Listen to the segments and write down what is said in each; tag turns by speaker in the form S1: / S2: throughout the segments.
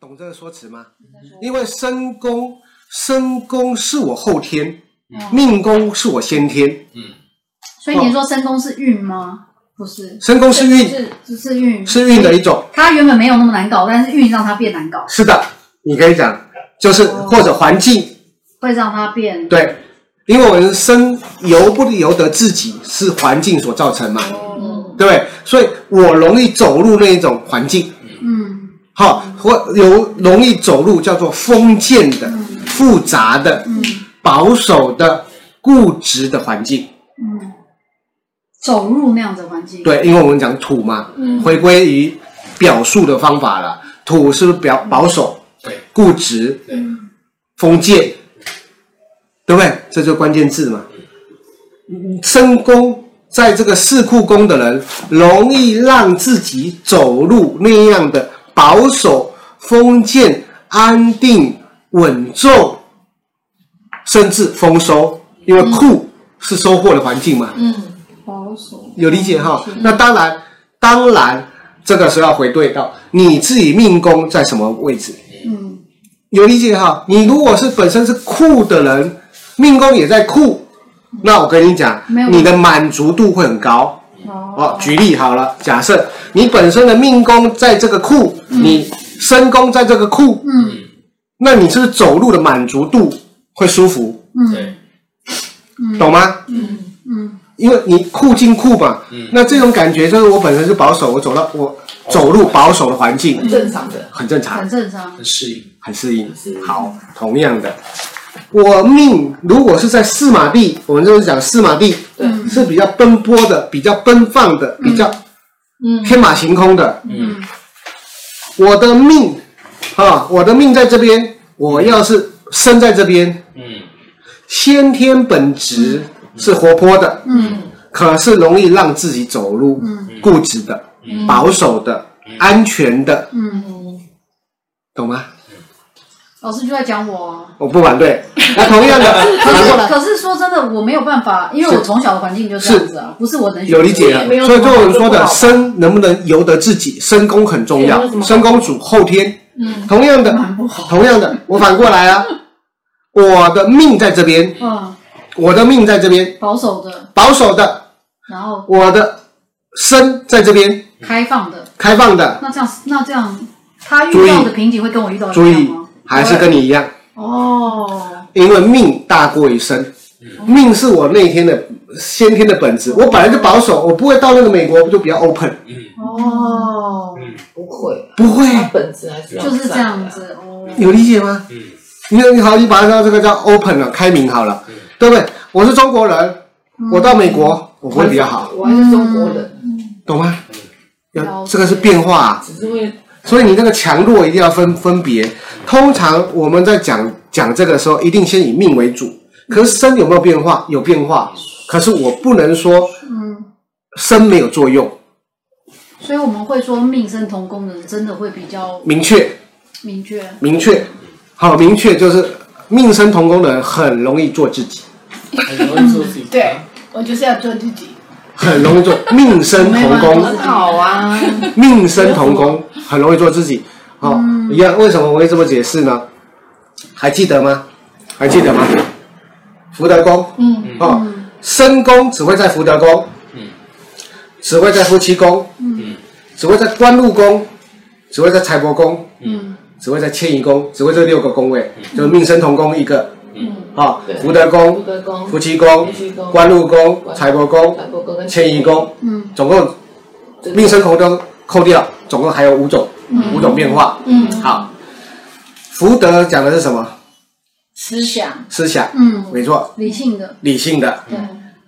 S1: 懂这个说辞吗？因为身宫，身宫是我后天，
S2: 嗯
S1: 命宫是我先天，
S2: 所以你说深宫是运吗？不是，
S1: 身宫是运，
S2: 是是是运，
S1: 是运的一种。
S2: 它原本没有那么难搞，但是运让它变难搞，
S1: 是的，你可以讲，就是
S2: 哦
S1: 或者环境，
S2: 会让它变
S1: 对，因为我们身由不由得自己，是环境所造成嘛，
S2: 嗯
S1: 对不对？所以我容易走入那一种环境，
S2: 嗯
S1: 好，或有容易走入叫做封建的、复杂的、
S2: 嗯
S1: 保守的、固执的环境。
S2: 嗯，走入那样子的环境，
S1: 对，因为我们讲土嘛，回归于表述的方法了。土是不是表保守、
S3: 对
S1: 固执、
S3: 对，
S1: 封建，对不对？这就是关键字嘛。深宫在这个四库宫的人，容易让自己走入那样的保守、封建、安定、稳重，甚至丰收，因为库是收获的环境嘛。
S4: 嗯，
S2: 保守
S1: 有理解哈？那当然，当然，这个时候要回对到你自己命宫在什么位置，
S2: 嗯
S1: 有理解哈？你如果是本身是酷的人，命宫也在酷，那我跟你讲
S2: 没有，
S1: 你的满足度会很高。哦，
S2: 哦
S1: 举例好了，假设你本身的命宫在这个库，你身宫在这个库，
S2: 嗯
S1: 那你是不是走路的满足度会舒服，
S2: 嗯
S3: 对，
S1: 懂吗？
S2: 嗯
S1: 因为你酷进酷嘛，
S3: 嗯
S1: 那这种感觉就是我本身是保守，我走到我走入保守的环境，
S4: 很正常的，
S1: 很正常
S2: 很，正常，
S3: 很适应，
S1: 很适应
S4: 适。应
S1: 好，同样的，我命如果是在四马地，我们就是讲四马地
S4: 对，
S2: 嗯
S1: 是比较奔波的、比较奔放的、比较
S4: 嗯
S1: 天马行空的。
S2: 嗯
S1: 我的命啊，我的命在这边，我要是生在这边，
S3: 嗯
S1: 先天本质是活泼的，
S2: 嗯
S1: 可是容易让自己走入
S2: 嗯
S1: 固执的、保守的、安全的，
S2: 嗯，
S1: 懂吗？
S2: 老师就在讲我啊。
S1: 我不反对。那同样的，
S2: 可
S1: 反过
S2: 是
S1: 来
S2: 可是说真的，我没有办法，因为我从小的环境就这样子啊，不是我能选
S1: 有理解啊了
S4: 没有，
S1: 所以
S4: 什
S1: 就
S4: 么
S1: 我们说
S4: 不
S1: 的
S4: 好
S1: 身能不能由得自己，身宫很重
S4: 对没有什
S1: 要，
S4: 么
S1: 身宫主后天。
S4: 嗯
S1: 同样的
S2: 蛮不好，
S1: 同样的，我反过来啊，我的命在这边，
S2: 嗯
S1: 我的命在这边，
S2: 保守的，
S1: 保守的，
S2: 然后
S1: 我的身在这边，
S2: 开放的，
S1: 开放的，
S2: 那这样那这样，他遇到的瓶颈会跟我遇到的
S1: 注
S2: 一
S1: 意
S2: 样吗？
S1: 还是跟你一样。
S2: 哦，
S1: 因为命大过于身，命是我那天的先天的本质。我本来就保守，我不会到那个美国就比较 open，
S3: 嗯
S2: 哦，
S4: 不会，
S1: 不会
S4: 他本质还是要
S2: 嗯就是这样
S4: 在的，啊
S2: 子哦，
S1: 有理解吗？
S3: 嗯
S1: 你你好，你把它叫这个叫 open 了，开明好了，对不对？我是中国人，我到美国我不会比较好，
S4: 我还是中国
S2: 嗯
S4: 人，
S1: 懂吗？
S2: 了
S1: 要
S2: 解
S1: 这个是变化、啊，
S4: 只是会
S1: 所以你那个强弱一定要分分别。通常我们在讲讲这个时候，一定先以命为主。可是身有没有变化？有变化，可是我不能说
S2: 嗯，
S1: 身没有作用，
S2: 所以我们会说命生同工的人真的会比较
S1: 明确。
S2: 明确，
S1: 明确，好明确就是命生同工的人很容易做自己，
S3: 很容易做自己，
S5: 对，我就是要做自己。
S1: 很容易做命生同
S2: 没
S1: 工
S4: 很，好啊，
S1: 命生同工很容易做自己。好、一样，为什么我会这么解释呢？还记得吗？还记得吗？福德宫，
S4: 嗯
S1: 哦，身宫只会在福德宫，
S3: 嗯
S1: 只会在夫妻宫，
S3: 嗯
S1: 只会在官禄宫，只会在财帛宫，
S2: 嗯
S1: 只会在迁移宫，只会这六个宫位，就是命生同宫一个，
S4: 嗯，
S1: 啊
S4: 对，
S1: 福德宫
S4: 福、德宫、
S1: 夫妻宫
S4: 夫妻、宫
S1: 官禄宫、财帛宫、
S4: 财帛宫跟
S1: 迁移宫，
S2: 嗯
S1: 总共命生空都扣掉，总共还有五种，五种变化。
S5: 嗯，
S1: 好，福德讲的是什么？
S5: 思想，
S1: 思想，
S2: 嗯，
S1: 没错，
S2: 理性的，
S1: 理性的。
S2: 对，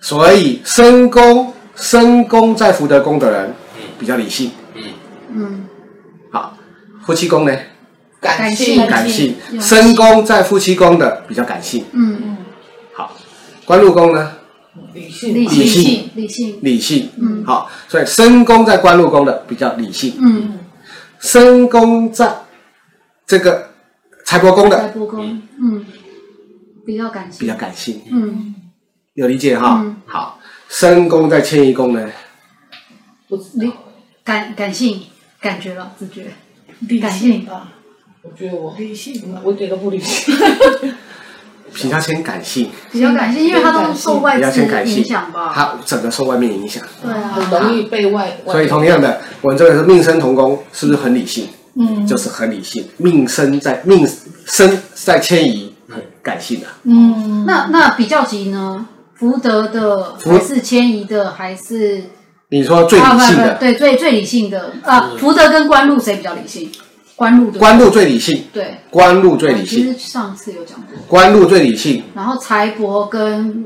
S1: 所以身宫身宫在福德宫的人比较理性。
S2: 嗯
S1: 好，夫妻宫呢？
S4: 感
S2: 感
S1: 感性。
S2: 用心
S1: 身宫在夫妻宫的比较感性。
S2: 嗯，
S1: 好，官禄宫呢？
S4: 理
S2: 理
S4: 性，
S1: 理
S2: 性
S1: 性
S2: 理性，
S1: 理性。
S2: 嗯
S1: 好，所以身宫在官禄宫的比较理性。
S2: 嗯，
S1: 申公在这个财帛宫
S2: 在
S1: 的
S2: 波宫，嗯，比较感
S1: 比较
S2: 性，
S1: 感性，
S2: 嗯
S1: 有理解哈？
S2: 嗯
S1: 好，申公在迁移宫呢，
S4: 不是
S2: 感感性感觉了自觉，
S5: 理
S2: 感性
S5: 吧，
S4: 我觉得我
S5: 理性嘛，
S4: 我一点都不理性。
S1: 比他先感性，
S2: 比较感性，因为他都受外
S1: 比他
S2: 界
S1: 先感性
S2: 影响，吧。
S1: 他整个受外面影响。
S2: 对
S4: 很
S2: 啊，
S4: 容易被外外
S1: 所以同样的，我们这个是命生同工，是不是很理性？
S5: 嗯
S1: 就是很理性，命生在命生在迁移，很感性的、
S5: 嗯，
S2: 那那比较级呢？福德的
S1: 福
S2: 还是迁移的，还是
S1: 你说最理
S2: 啊不
S1: 性
S2: 不
S1: 的，
S2: 对最最理性的啊？福德跟官禄谁比较理性？官禄的
S1: 官禄最理性，
S2: 对哦
S1: 官禄最理
S2: 其
S1: 性，
S2: 实上次有讲过，
S1: 官禄最理性，
S2: 然后财帛跟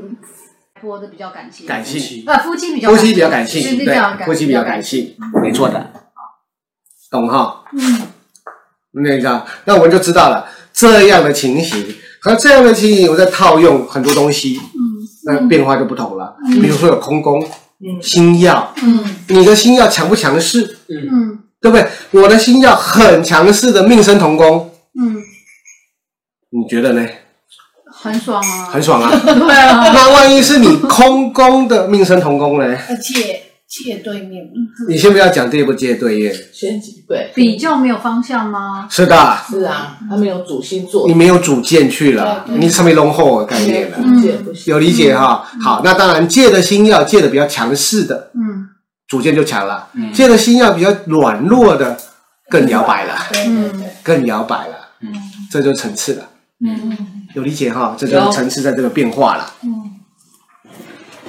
S2: 帛的比较感性，
S1: 感性，
S2: 呃夫妻比较
S1: 夫妻比较感
S2: 感
S1: 性，
S2: 是比较
S1: 对，夫妻比较感性，没错的，懂哈？
S5: 嗯，
S1: 那个，那我们就知道了这样的情形和这样的情形，我在套用很多东西，
S2: 嗯
S1: 那变化就不同了。比如说有空宫、
S4: 嗯
S1: 星耀，
S5: 嗯，
S1: 你的星耀强不强势，
S2: 嗯
S1: 对不对？我的星耀很强势的命生同宫，
S2: 嗯，
S1: 你觉得呢？
S2: 很爽啊，。
S1: 很爽啊
S2: 对啊，
S1: 那万一是你空宫的命生同宫呢？
S5: 而且借对面，
S1: 你先不要讲对不对对耶，
S4: 前几对
S2: 比较没有方向吗？
S1: 是的，
S4: 是啊，他们有主星座
S1: 你，没有主见去了，
S5: 对对
S1: 你上面龙后的概念了，
S2: 嗯
S4: 也不行。
S1: 有理解哈？好，那当然借的星耀借的比较强势的。
S2: 嗯
S1: 主见就强了，借的心要比较软弱的，更摇摆了，
S5: 对对
S2: 嗯
S5: 对，
S1: 更摇摆了，嗯，这就是层次了，
S5: 嗯
S1: 有理解哈？这就是层次在这个变化了，
S5: 嗯，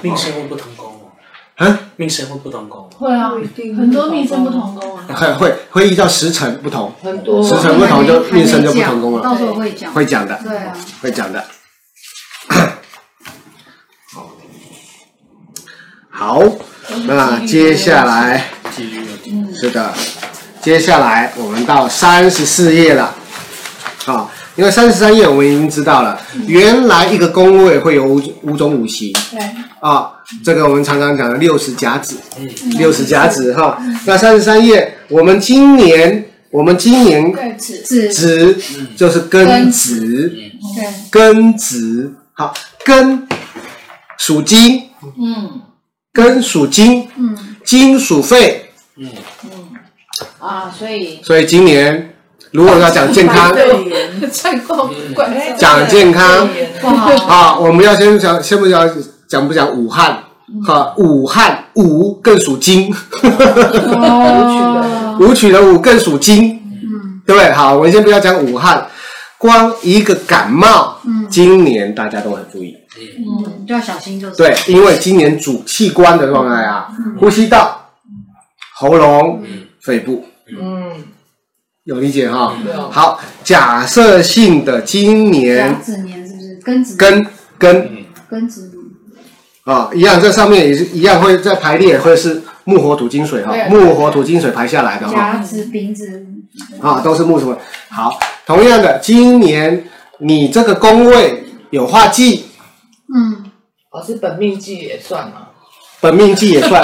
S3: 命生会不同工哦，
S1: 嗯，
S3: 命生会不同工哦。
S5: 会啊，很多命生不同工啊，
S1: 会会会遇到时辰不同，
S4: 很多
S1: 时辰不同就命生就不同工了，
S2: 到时候会讲，
S1: 会讲的，
S2: 对啊，
S1: 会讲的。 好，那接下来
S3: 几率问题
S1: 是的，接下来我们到三十四页了，啊，因为三十三页我们已经知道了，原来一个宫位会有五五种五行
S5: 对，
S1: 啊，这个我们常常讲的六十甲子，
S3: 嗯
S1: 六十甲子哈。那三十三页，我们今年我们今年
S5: 盖子，
S2: 是
S1: 子
S3: 嗯
S1: 就是庚
S2: 庚
S1: 子，
S2: 对，
S1: 庚子好，庚属金，
S5: 嗯
S1: 庚属金，
S2: 嗯
S1: 金属肺，
S3: 嗯，
S4: 啊，所以
S1: 所以今年如果要讲健康。
S5: 太高怪，
S1: 讲健康
S2: 不好，
S1: 啊，我们要先讲，先不讲讲不讲武汉。哈，武汉武更属金，
S2: 哦
S1: 武曲的武更属金，
S2: 嗯
S1: 对不对？好，我们先不要讲武汉，光一个感冒，
S2: 嗯
S1: 今年大家都很注意，
S2: 嗯，就要小心就是，
S1: 对，因为今年主器官的状态啊，呼吸道、喉咙、肺部，
S4: 嗯，
S1: 有理解哈？
S4: 对哦，
S1: 好，假设性的今
S2: 甲
S1: 年
S2: 子年是不是庚子
S1: 跟跟
S2: 庚子年？
S1: 啊、一样，这上面也是一样会在排列，会是木火土金水哈、
S5: 对
S1: 木火土金水排下来的哈、
S2: 甲子、丙子，
S1: 啊，都是木什么？好，同样的，今年你这个宫位有化忌，
S2: 嗯，
S4: 哦是本命忌也算嘛，
S1: 本命忌也算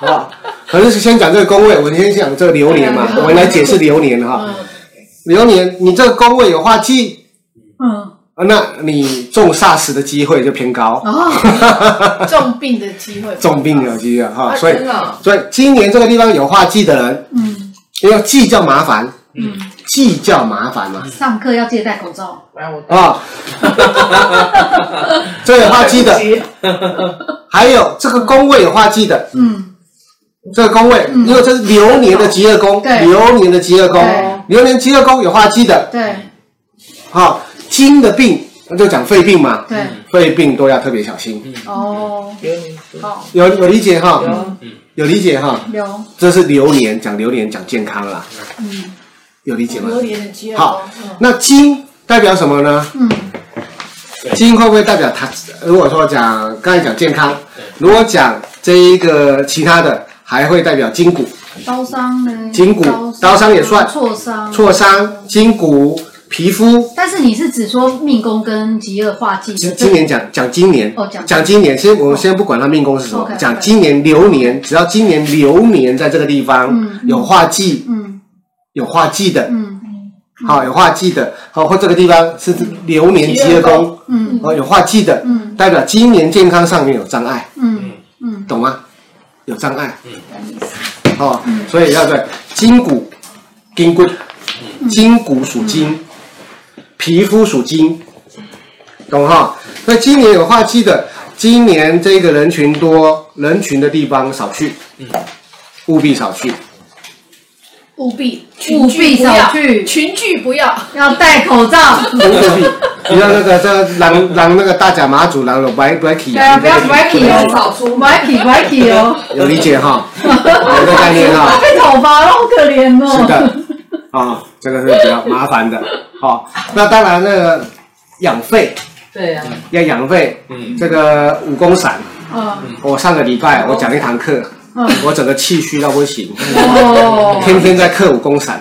S1: 啊。可是先讲这个宫位，我先讲这个流年嘛，我们来解释流年哈、流年，你这个宫位有化忌，
S2: 嗯，
S1: 啊那你中煞时的机会就偏高，
S2: 哦
S5: 重病的机会，
S1: 重病有机会哈、
S4: 啊
S1: 所以
S4: 真的哦
S1: 所以今年这个地方有化忌的人，
S2: 嗯
S1: 因为忌哎较麻烦。
S2: 嗯，
S1: 计较麻烦嘛。
S2: 上课要记得戴口罩，
S4: 不然我
S1: 啊， 这有画忌 的，还有这个宫位有画忌的，
S2: 嗯，
S1: 这个宫位，
S2: 嗯
S1: 因为这是流年的极恶宫，
S2: 对
S1: 流年的极恶宫
S2: 对，
S1: 流年极恶宫有画忌的，
S2: 对
S1: 啊，金的病，那就讲肺病嘛，
S2: 对，
S1: 肺病都要特别小心，
S2: 哦，
S4: 流年忌
S2: 好，
S1: 有有理解哈，
S4: 有
S1: 有理解哈，
S2: 有，
S1: 这是流年，讲流年讲健康啦，
S2: 嗯
S1: 有理解吗？
S5: 榴莲的机会，
S1: 好，
S5: 嗯
S1: 那金代表什么呢？
S2: 嗯
S1: 基因会不会代表它？如果说讲刚才讲健康，如果讲这一个其他的，还会代表筋骨
S2: 刀伤呢？嗯
S1: 筋骨刀伤也算
S2: 挫伤，
S1: 挫伤、筋骨、皮肤。
S2: 但是你是指说命宫跟极恶化忌
S1: 今
S2: 的这
S1: 今年讲讲今年
S2: 哦讲，哦
S1: 讲今年，先我们先不管它命宫是什么，
S2: OK，
S1: 讲
S2: OK
S1: 今年流年，只要今年流年在这个地方
S2: 嗯
S1: 有化忌，
S2: 嗯
S1: 有化忌的，
S2: 嗯
S1: 好有化忌的，好或这个地方是流年吉
S5: 吉
S1: 二
S5: 恶宫
S1: 宫，
S2: 嗯
S1: 哦有化忌的，
S2: 嗯
S1: 代表今年健康上面有障碍。
S2: 嗯嗯，
S1: 懂吗？有障碍，哦，所以要对筋骨、筋骨筋骨属金，皮肤属金，懂哈？所以今年有话记得，今年这个人群多、人群的地方少去，
S3: 嗯，
S1: 务必少去。
S5: 务必
S2: 务必少去
S5: 群聚不要。
S2: 要戴口罩，
S1: 你像那个这狼狼那个大甲马祖狼了，白白起，
S2: 对啊，不要拐皮
S4: 要
S2: 哦，
S4: 少出
S2: 拐皮拐皮哦，
S1: 有理解哈，有这概 念哈。
S2: 被头发了，好可怜哦。
S1: 是的，啊、这个是比较麻烦的。好、那当然那个养肺
S4: 对啊呀、
S1: 要养肺，
S3: 嗯，
S1: 这个武功散，
S2: 嗯，
S1: 我上个礼拜我讲了一堂课，
S2: 嗯
S1: 我整个气虚到不行，
S2: 哦，
S1: 天天在刻武功散。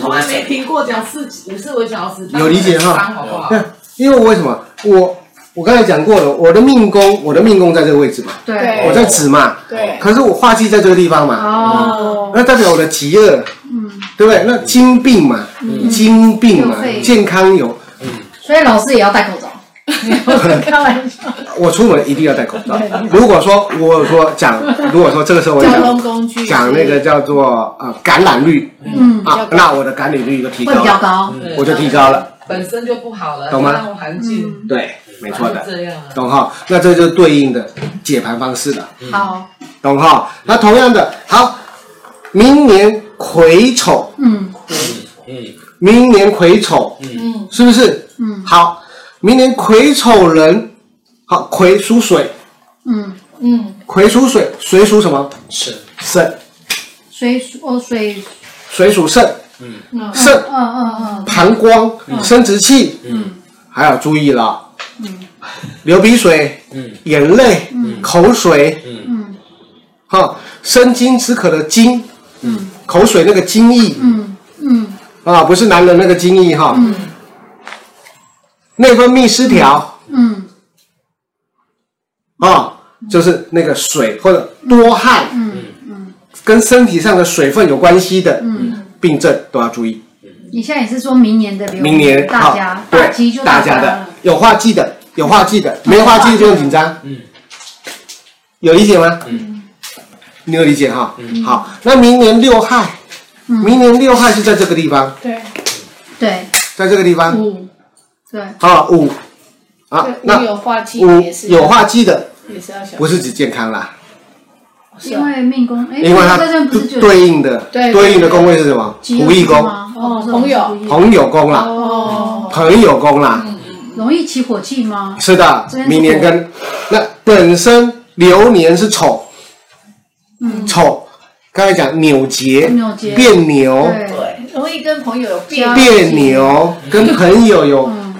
S4: 从来没听过讲四级，你是我想要四级，
S1: 有理解哈
S4: 三好不好？
S1: 因为我为什么我我刚才讲过了，我的命宫我的命宫在这个位置嘛，
S2: 对，
S1: 我在子嘛，
S5: 对，
S1: 可是我化忌在这个地方嘛，
S2: 哦，
S1: 那代表我的极恶，
S2: 嗯，
S1: 对不对？那金病嘛，金病嘛
S2: 有，肺
S1: 健康有，
S2: 所以老师也要戴口罩，开玩笑，
S1: 我出门一定要戴口罩。如果说我说讲，如果说这个时候我
S5: 交
S1: 讲
S5: 通工具
S1: 讲那个叫做呃感染率
S2: 嗯，
S1: 啊，那我的感染率就提高
S2: 会比较
S1: 了，
S2: 高，
S4: 对啊
S1: 我就提高了。
S4: 本身就不好了，
S1: 懂吗
S4: 加上环
S5: 嗯
S4: 境，
S1: 对，没错的
S4: 就，这样了。啊
S1: 懂哈？那这就是对应的解盘方式了，
S2: 好，
S1: 懂哈？那同样的，好，明年癸丑，
S2: 嗯
S3: 嗯
S1: 明年癸丑
S3: 嗯
S5: 嗯
S1: 是不是？
S2: 嗯
S1: 好，明年癸丑人，好，癸属水，
S2: 嗯，
S5: 嗯，
S1: 癸属水，水属什么？
S3: 是，
S1: 肾，
S2: 水哦水，
S1: 水属肾，
S3: 嗯
S5: 嗯
S1: 肾
S2: 嗯嗯嗯
S1: 膀胱、生殖器，
S2: 嗯
S1: 还要注意了，
S2: 嗯
S1: 流鼻水、
S3: 嗯
S1: 眼泪、口水，
S3: 嗯
S2: 嗯
S1: 哈，生津止渴的津，
S2: 嗯
S1: 口水那个津液
S2: 嗯嗯
S1: 啊，不是男人那个津液哈，内分泌失调
S2: 嗯
S1: 啊，就是那个水或者多汗
S2: 嗯
S1: 跟身体上的水分有关系的
S2: 嗯，
S1: 病症都要注意。
S2: 你现在也是说明年的流，
S1: 明年
S2: 大
S1: 好
S2: 家大吉
S1: 对
S2: 就
S1: 大家的，有话记得，有话记得，没话记就很紧张，
S3: 嗯
S1: 有理解吗？
S3: 嗯，
S1: 你有理解哈？
S3: 嗯
S1: 好，那明年六亥，明年六亥是在这个地方，
S5: 对，
S2: 对
S1: 在这个地方
S5: 五
S2: 对，
S1: 啊五啊
S5: 对，五
S1: 那
S5: 有化气
S1: 五
S5: 也是
S1: 有话记得，
S5: 也是要小
S1: 不是指健康啦，
S5: 是
S2: 因
S5: 啊
S2: 为命宫，哎，
S1: 因为它
S2: 这边不是就
S1: 对对应的
S5: 对
S1: 对应的宫位是什么？仆役宫、
S2: 哦，
S5: 朋友
S1: 朋友宫啦，
S5: 哦，
S1: 朋友宫啦，
S2: 容易起火气吗？
S1: 是的
S2: 这边，是
S1: 明年跟那本身流年是丑，
S2: 嗯
S1: 丑，刚才讲扭结、
S2: 扭结
S1: 别扭、
S2: 对，
S5: 对，容易跟朋友有变
S2: 交
S1: 别扭，跟朋友有
S2: 嗯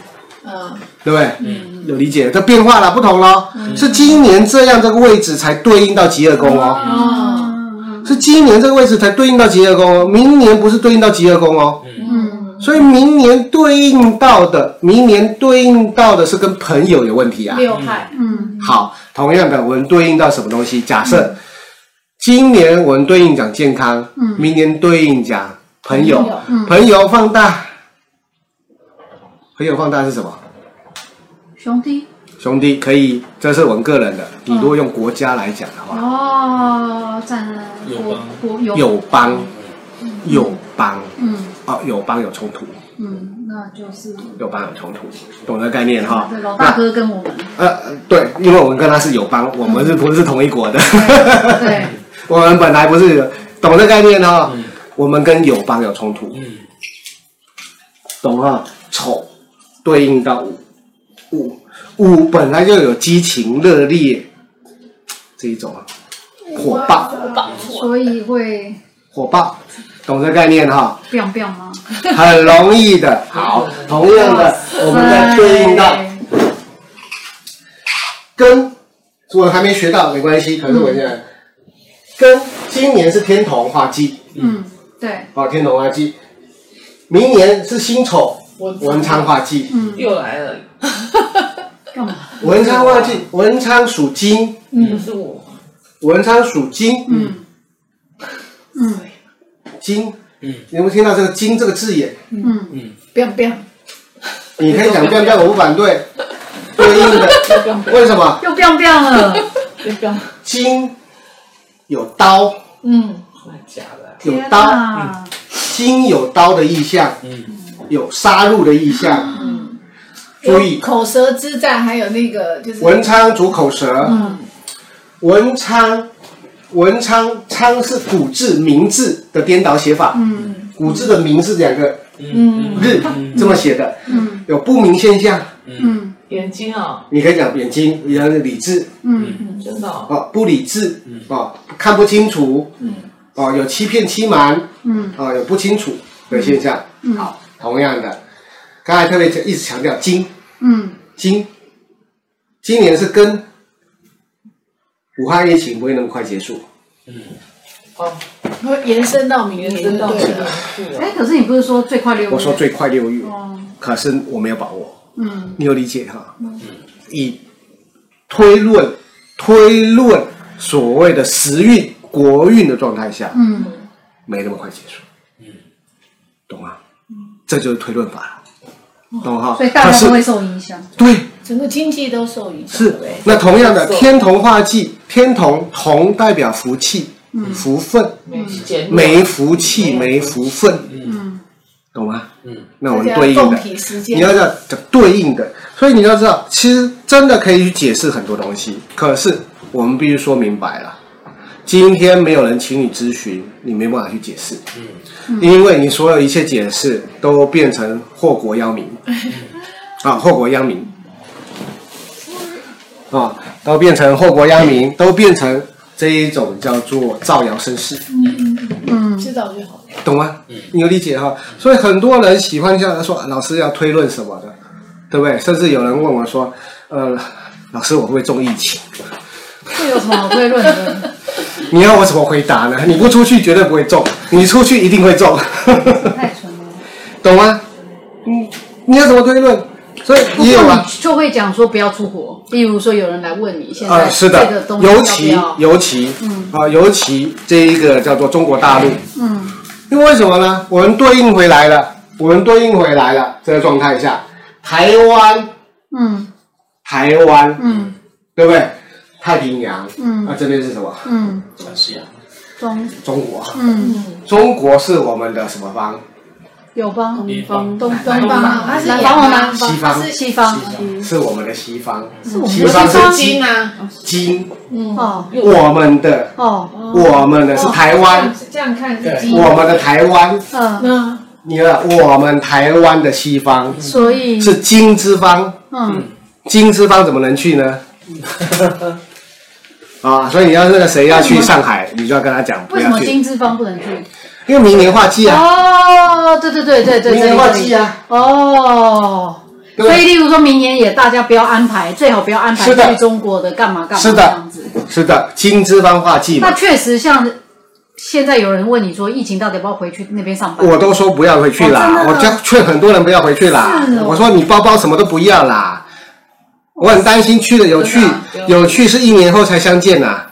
S5: 嗯
S1: 对不对？
S3: 嗯
S1: 有理解，这变化了，不同了，
S2: 嗯
S1: 是今年这样这个位置才对应到极恶宫哦，
S5: 哦
S2: 嗯
S1: 是今年这个位置才对应到极恶宫哦，明年不是对应到极恶宫哦，
S2: 嗯
S1: 所以明年对应到的，明年对应到的是跟朋友有问题啊。
S5: 六害
S2: 嗯
S1: 好，同样的，我们对应到什么东西？假设、今年我们对应讲健康，
S2: 嗯
S1: 明年对应讲朋友，
S5: 朋友
S2: 嗯
S1: 朋友放大，朋友放大是什么？
S2: 兄弟
S1: 兄弟，可以，这是我们个人的。
S2: 嗯
S1: 你如果用国家来讲的话，
S2: 哦，占
S3: 友
S2: 国
S3: 邦
S2: 国有
S1: 友邦，友邦
S2: 嗯
S1: 啊，友邦有冲突，
S2: 嗯，那就是
S1: 友邦有冲突，懂这概念哈？
S2: 对老大哥跟我们
S1: 呃，对，因为我们跟他是友邦，我们是不是同一国的？
S2: 对
S1: 我们本来不是懂这概念哈、
S3: 嗯
S1: 我们跟友邦有冲突，
S3: 嗯
S1: 懂哈？丑对应到五，五五本来就有激情热烈这一种啊，火爆
S2: 所以会
S1: 火爆，懂这概念 哈、
S2: biang biang 吗？
S1: 很容易的。好，同样的，
S2: 嗯
S1: 我们再对应到
S2: 哎
S1: 跟，如果还没学到没关系，可是我现在、跟今年是天同化忌，
S2: 嗯对
S1: 哦，天同化忌，明年是辛丑
S4: 文
S1: 文昌化忌，
S2: 嗯
S4: 又来 了，
S2: 干嘛？
S1: 文昌化忌，文昌属金，
S4: 嗯，是我，
S1: 文昌属金，
S2: 嗯嗯
S1: 金，
S3: 嗯
S1: 你有没有听到这个“金”这个字眼？
S2: 嗯
S3: 嗯
S5: 变变
S1: 你可以讲变变，我不反对。对应的，
S4: 不用
S1: 为什么
S2: 又 biang biang 了，
S4: 不用，
S1: 金有刀
S5: 嗯
S4: 嗯真的假的？
S1: 有
S2: 天
S1: 刀，
S2: 哪！
S1: 心有刀的意象，
S3: 嗯，
S1: 有杀戮的意象。注意，
S5: 嗯口舌之战，还有那个就是
S1: 文昌主口舌，
S2: 嗯，
S1: 文昌，文昌昌是古字名字的颠倒写法，
S2: 嗯
S1: 古字的名是两个
S3: 嗯
S1: 日这么写的，
S2: 嗯
S1: 有不明现象，
S2: 嗯
S4: 眼睛啊，
S1: 你可以讲眼睛，然后理智
S2: 嗯
S4: 真的哦，
S1: 哦，不理智
S3: 嗯
S1: 哦，看不清楚，
S5: 嗯
S1: 哦，有欺骗欺瞒，
S2: 嗯
S1: 啊、有不清楚的现象。
S2: 嗯
S1: 好，同样的，刚才特别一直强调金
S2: 嗯
S1: 金，今年是跟武汉疫情不会那么快结束，
S4: 哦，
S5: 会延伸到明年，
S4: 延伸到
S5: 对
S4: 这
S5: 了
S4: 个去了，
S2: 哎，可是你不是说最快六月？
S1: 啊我说最快六月，
S2: 哦，
S1: 可是我没有把握，
S2: 嗯
S1: 你有理解哈？以推论推论所谓的时运国运的状态下，
S2: 嗯
S1: 没那么快结束，懂吗？这就是推论法了，懂哈？
S2: 哦所以大
S1: 可
S2: 家
S1: 是
S2: 都会受影响。
S1: 对。
S5: 整个经济都受影响。
S1: 是
S5: 对，
S1: 那同样的
S4: 没错
S1: 天同化忌，天同同代表福气、
S2: 嗯
S1: 福分，
S4: 没减
S1: 没福气没福分，
S2: 嗯
S1: 懂吗？
S3: 嗯，
S1: 那我们
S5: 大
S1: 对
S5: 家
S1: 应
S5: 共
S1: 的，
S5: 体啊时
S1: 你
S5: 间
S1: 要要对应的，所以你要知道，其实真的可以去解释很多东西，可是我们必须说明白了。今天没有人请你咨询，你没办法去解释，
S5: 嗯
S1: 因为你所有一切解释都变成祸国殃 民，啊，祸国殃民，啊，都变成祸国殃民，都变成这一种叫做造谣生事，
S2: 嗯
S5: 知道就好。
S1: 懂吗？你有理解哈？所以很多人喜欢叫他说老师要推论什么的，对不对？甚至有人问我说，呃，老师我会不会中疫情？
S2: 这有什么好推论 的？
S1: 你要我怎么回答呢？你不出去绝对不会中，你出去一定会中，
S2: 太蠢了。
S1: 懂吗？嗯，你要怎么推论？所以
S2: 不
S1: 也有
S2: 过
S1: 啊
S2: 你，就会讲说不要出国，例如说有人来问你现在
S1: 呃，是
S2: 这个
S1: 的
S2: 东，西要
S1: 尤
S2: 不
S1: 其
S2: 要？
S1: 尤其，啊、尤其这一个叫做中国大陆，
S2: 嗯
S1: 因为为什么呢？我们对应回来了，我们对应回来了，这个状态下，台湾，
S2: 嗯
S1: 台湾，
S2: 嗯
S1: 对不对？太平洋，那、
S2: 嗯
S1: 这边是什么？
S2: 嗯，
S3: 还是呀，
S2: 中
S1: 中国，
S2: 嗯
S1: 中国是我们的什么方？
S2: 友邦、
S3: 一方
S5: 嗯东东方啊，它是
S2: 南
S5: 南
S2: 方
S5: 方
S2: 吗
S5: 南
S1: 西
S5: 方，
S1: 方
S5: 它是
S2: 西方
S1: 是我们的西方，
S2: 是我们
S1: 西
S2: 的
S1: 方是
S4: 金啊，
S1: 金，
S5: 嗯
S2: 哦
S1: 我们的，
S2: 哦
S4: 嗯
S1: 我们的是台湾，
S5: 是这样看是
S3: 对
S5: 金。
S1: 我们的台湾，
S2: 嗯，
S5: 嗯，
S1: 你看我们台湾的西方
S2: 所以
S1: 是金之方。
S2: 嗯
S1: 金之方怎么能去呢？啊，所以你要那个谁要去上海，你就要跟他讲不
S2: 为什
S1: 要
S2: 么
S1: 去，
S2: 金资方不能去？
S1: 因为明年化忌啊，
S2: 哦，对对对对对，
S1: 明
S2: 这
S1: 年
S2: 里
S1: 化
S2: 这里
S1: 忌啊，
S2: 哦。
S1: 对不
S2: 所以，
S1: 对？
S2: 例如说明年也大家不要安排，最好不要安排
S1: 是的
S2: 去中国的干嘛干嘛
S1: 是
S2: 这
S1: 的
S2: 样子。
S1: 是的，金之方化忌
S2: 那
S1: 嘛，
S2: 确实像现在有人问你说，疫情到底要不要回去那边上班？
S1: 我都说不要回去啦，我就劝很多人不要回去啦
S5: 是哦，
S1: 我说你包包什么都不要啦，我很担心去了有去
S4: 真的啊不要
S1: 有去是一年后才相见呐，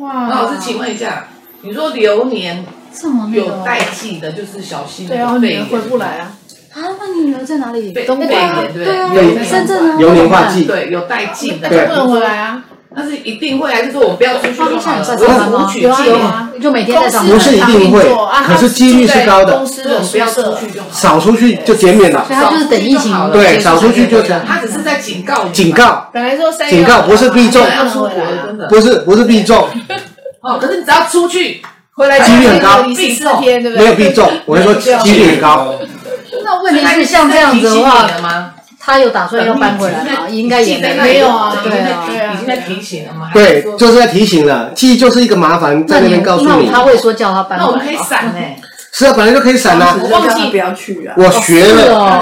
S2: 哇，
S4: 老师，请问一下，你说流年
S2: 这么那个
S4: 有代替的，就是小心
S5: 对啊，
S4: 肺
S5: 你
S4: 炎
S5: 回不来啊。
S2: 啊？那你女儿在哪里？
S4: 肺
S5: 东北
S4: 肺炎
S2: 对啊，
S4: 不
S1: 对
S4: 对？
S2: 深圳啊，
S1: 流年化忌
S4: 对，有带进的，
S5: 那就不能回来啊。
S4: 但是一定会还是说我们不要出去就
S2: 放
S4: 好
S2: 下有
S4: 了，
S2: 在上
S4: 我
S2: 班
S4: 们
S2: 吗
S4: 无？取
S5: 有啊有
S4: 经，
S5: 啊，
S2: 就每天在上
S1: 不
S2: 班。
S1: 是一定会可是几率是高的
S5: 啊他住在公司
S4: 所以我们
S5: 的
S4: 不要
S5: 宿
S4: 出
S5: 舍
S4: 去就好。
S1: 少出去就减免了
S2: 所，以他就是等疫情
S4: 少出去就好了
S1: 对少出去就
S4: 他只是在警告你，
S1: 警告
S5: 本来说三月
S1: 警告不是必中
S5: 啊不
S2: 嗯
S4: 要
S5: 能
S4: 出国
S5: 回来
S4: 了，
S5: 啊
S4: 真的
S1: 不是不是必中，
S4: 哦。可是你只要出去，
S5: 回来
S1: 几率很高
S5: 十四
S2: 啊
S5: 天，对不
S1: 没
S5: 对？
S1: 有必中，我是说几率很高。
S2: 那问题是像这样子的话，
S4: 话，
S2: 他有打算要搬回来吗？应该也
S4: 在那
S5: 没
S4: 里
S5: 有啊
S4: 已经在
S5: 对啊
S4: 已经在提醒了嘛。还
S1: 对
S4: 是说，
S1: 就是在提醒了，记忆就是一个麻烦，在那边告诉
S2: 那
S1: 你
S2: 你，他会说叫他搬
S4: 那我
S2: 回
S4: 们可
S2: 来
S4: 以
S2: 吗？
S4: 闪哎，
S1: 是啊，本来就可以闪啦
S4: 我。
S6: 我
S4: 忘
S6: 忘记
S4: 记
S6: 不要去啊。
S1: 我学
S2: 是
S1: 了，
S2: 哦，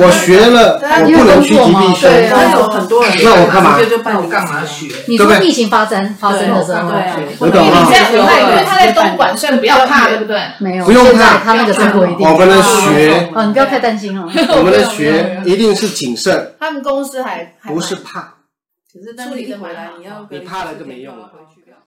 S1: 我学了，
S5: 对啊
S1: 我不能趋吉避
S2: 因为
S1: 凶
S2: 工作嘛对。啊
S4: 那有很多人，
S1: 那我干嘛
S4: 就就办我干嘛学？
S2: 你说疫情发生发生的时候，
S1: 我懂
S5: 你
S1: 啊
S5: 这样
S4: 有
S5: 有
S4: 啊
S5: 害，因为他在东莞，所以
S4: 不要怕，对不对？
S2: 没有，
S1: 不用怕
S2: 现在他那个生活一定
S1: 我们的学，
S2: 哦，你不要太担心了。
S1: 我们的学一定是谨慎，
S5: 他们公司还还
S1: 不是怕，
S6: 可是但是你回来，你要
S1: 你怕了就没用了。
S6: 回去。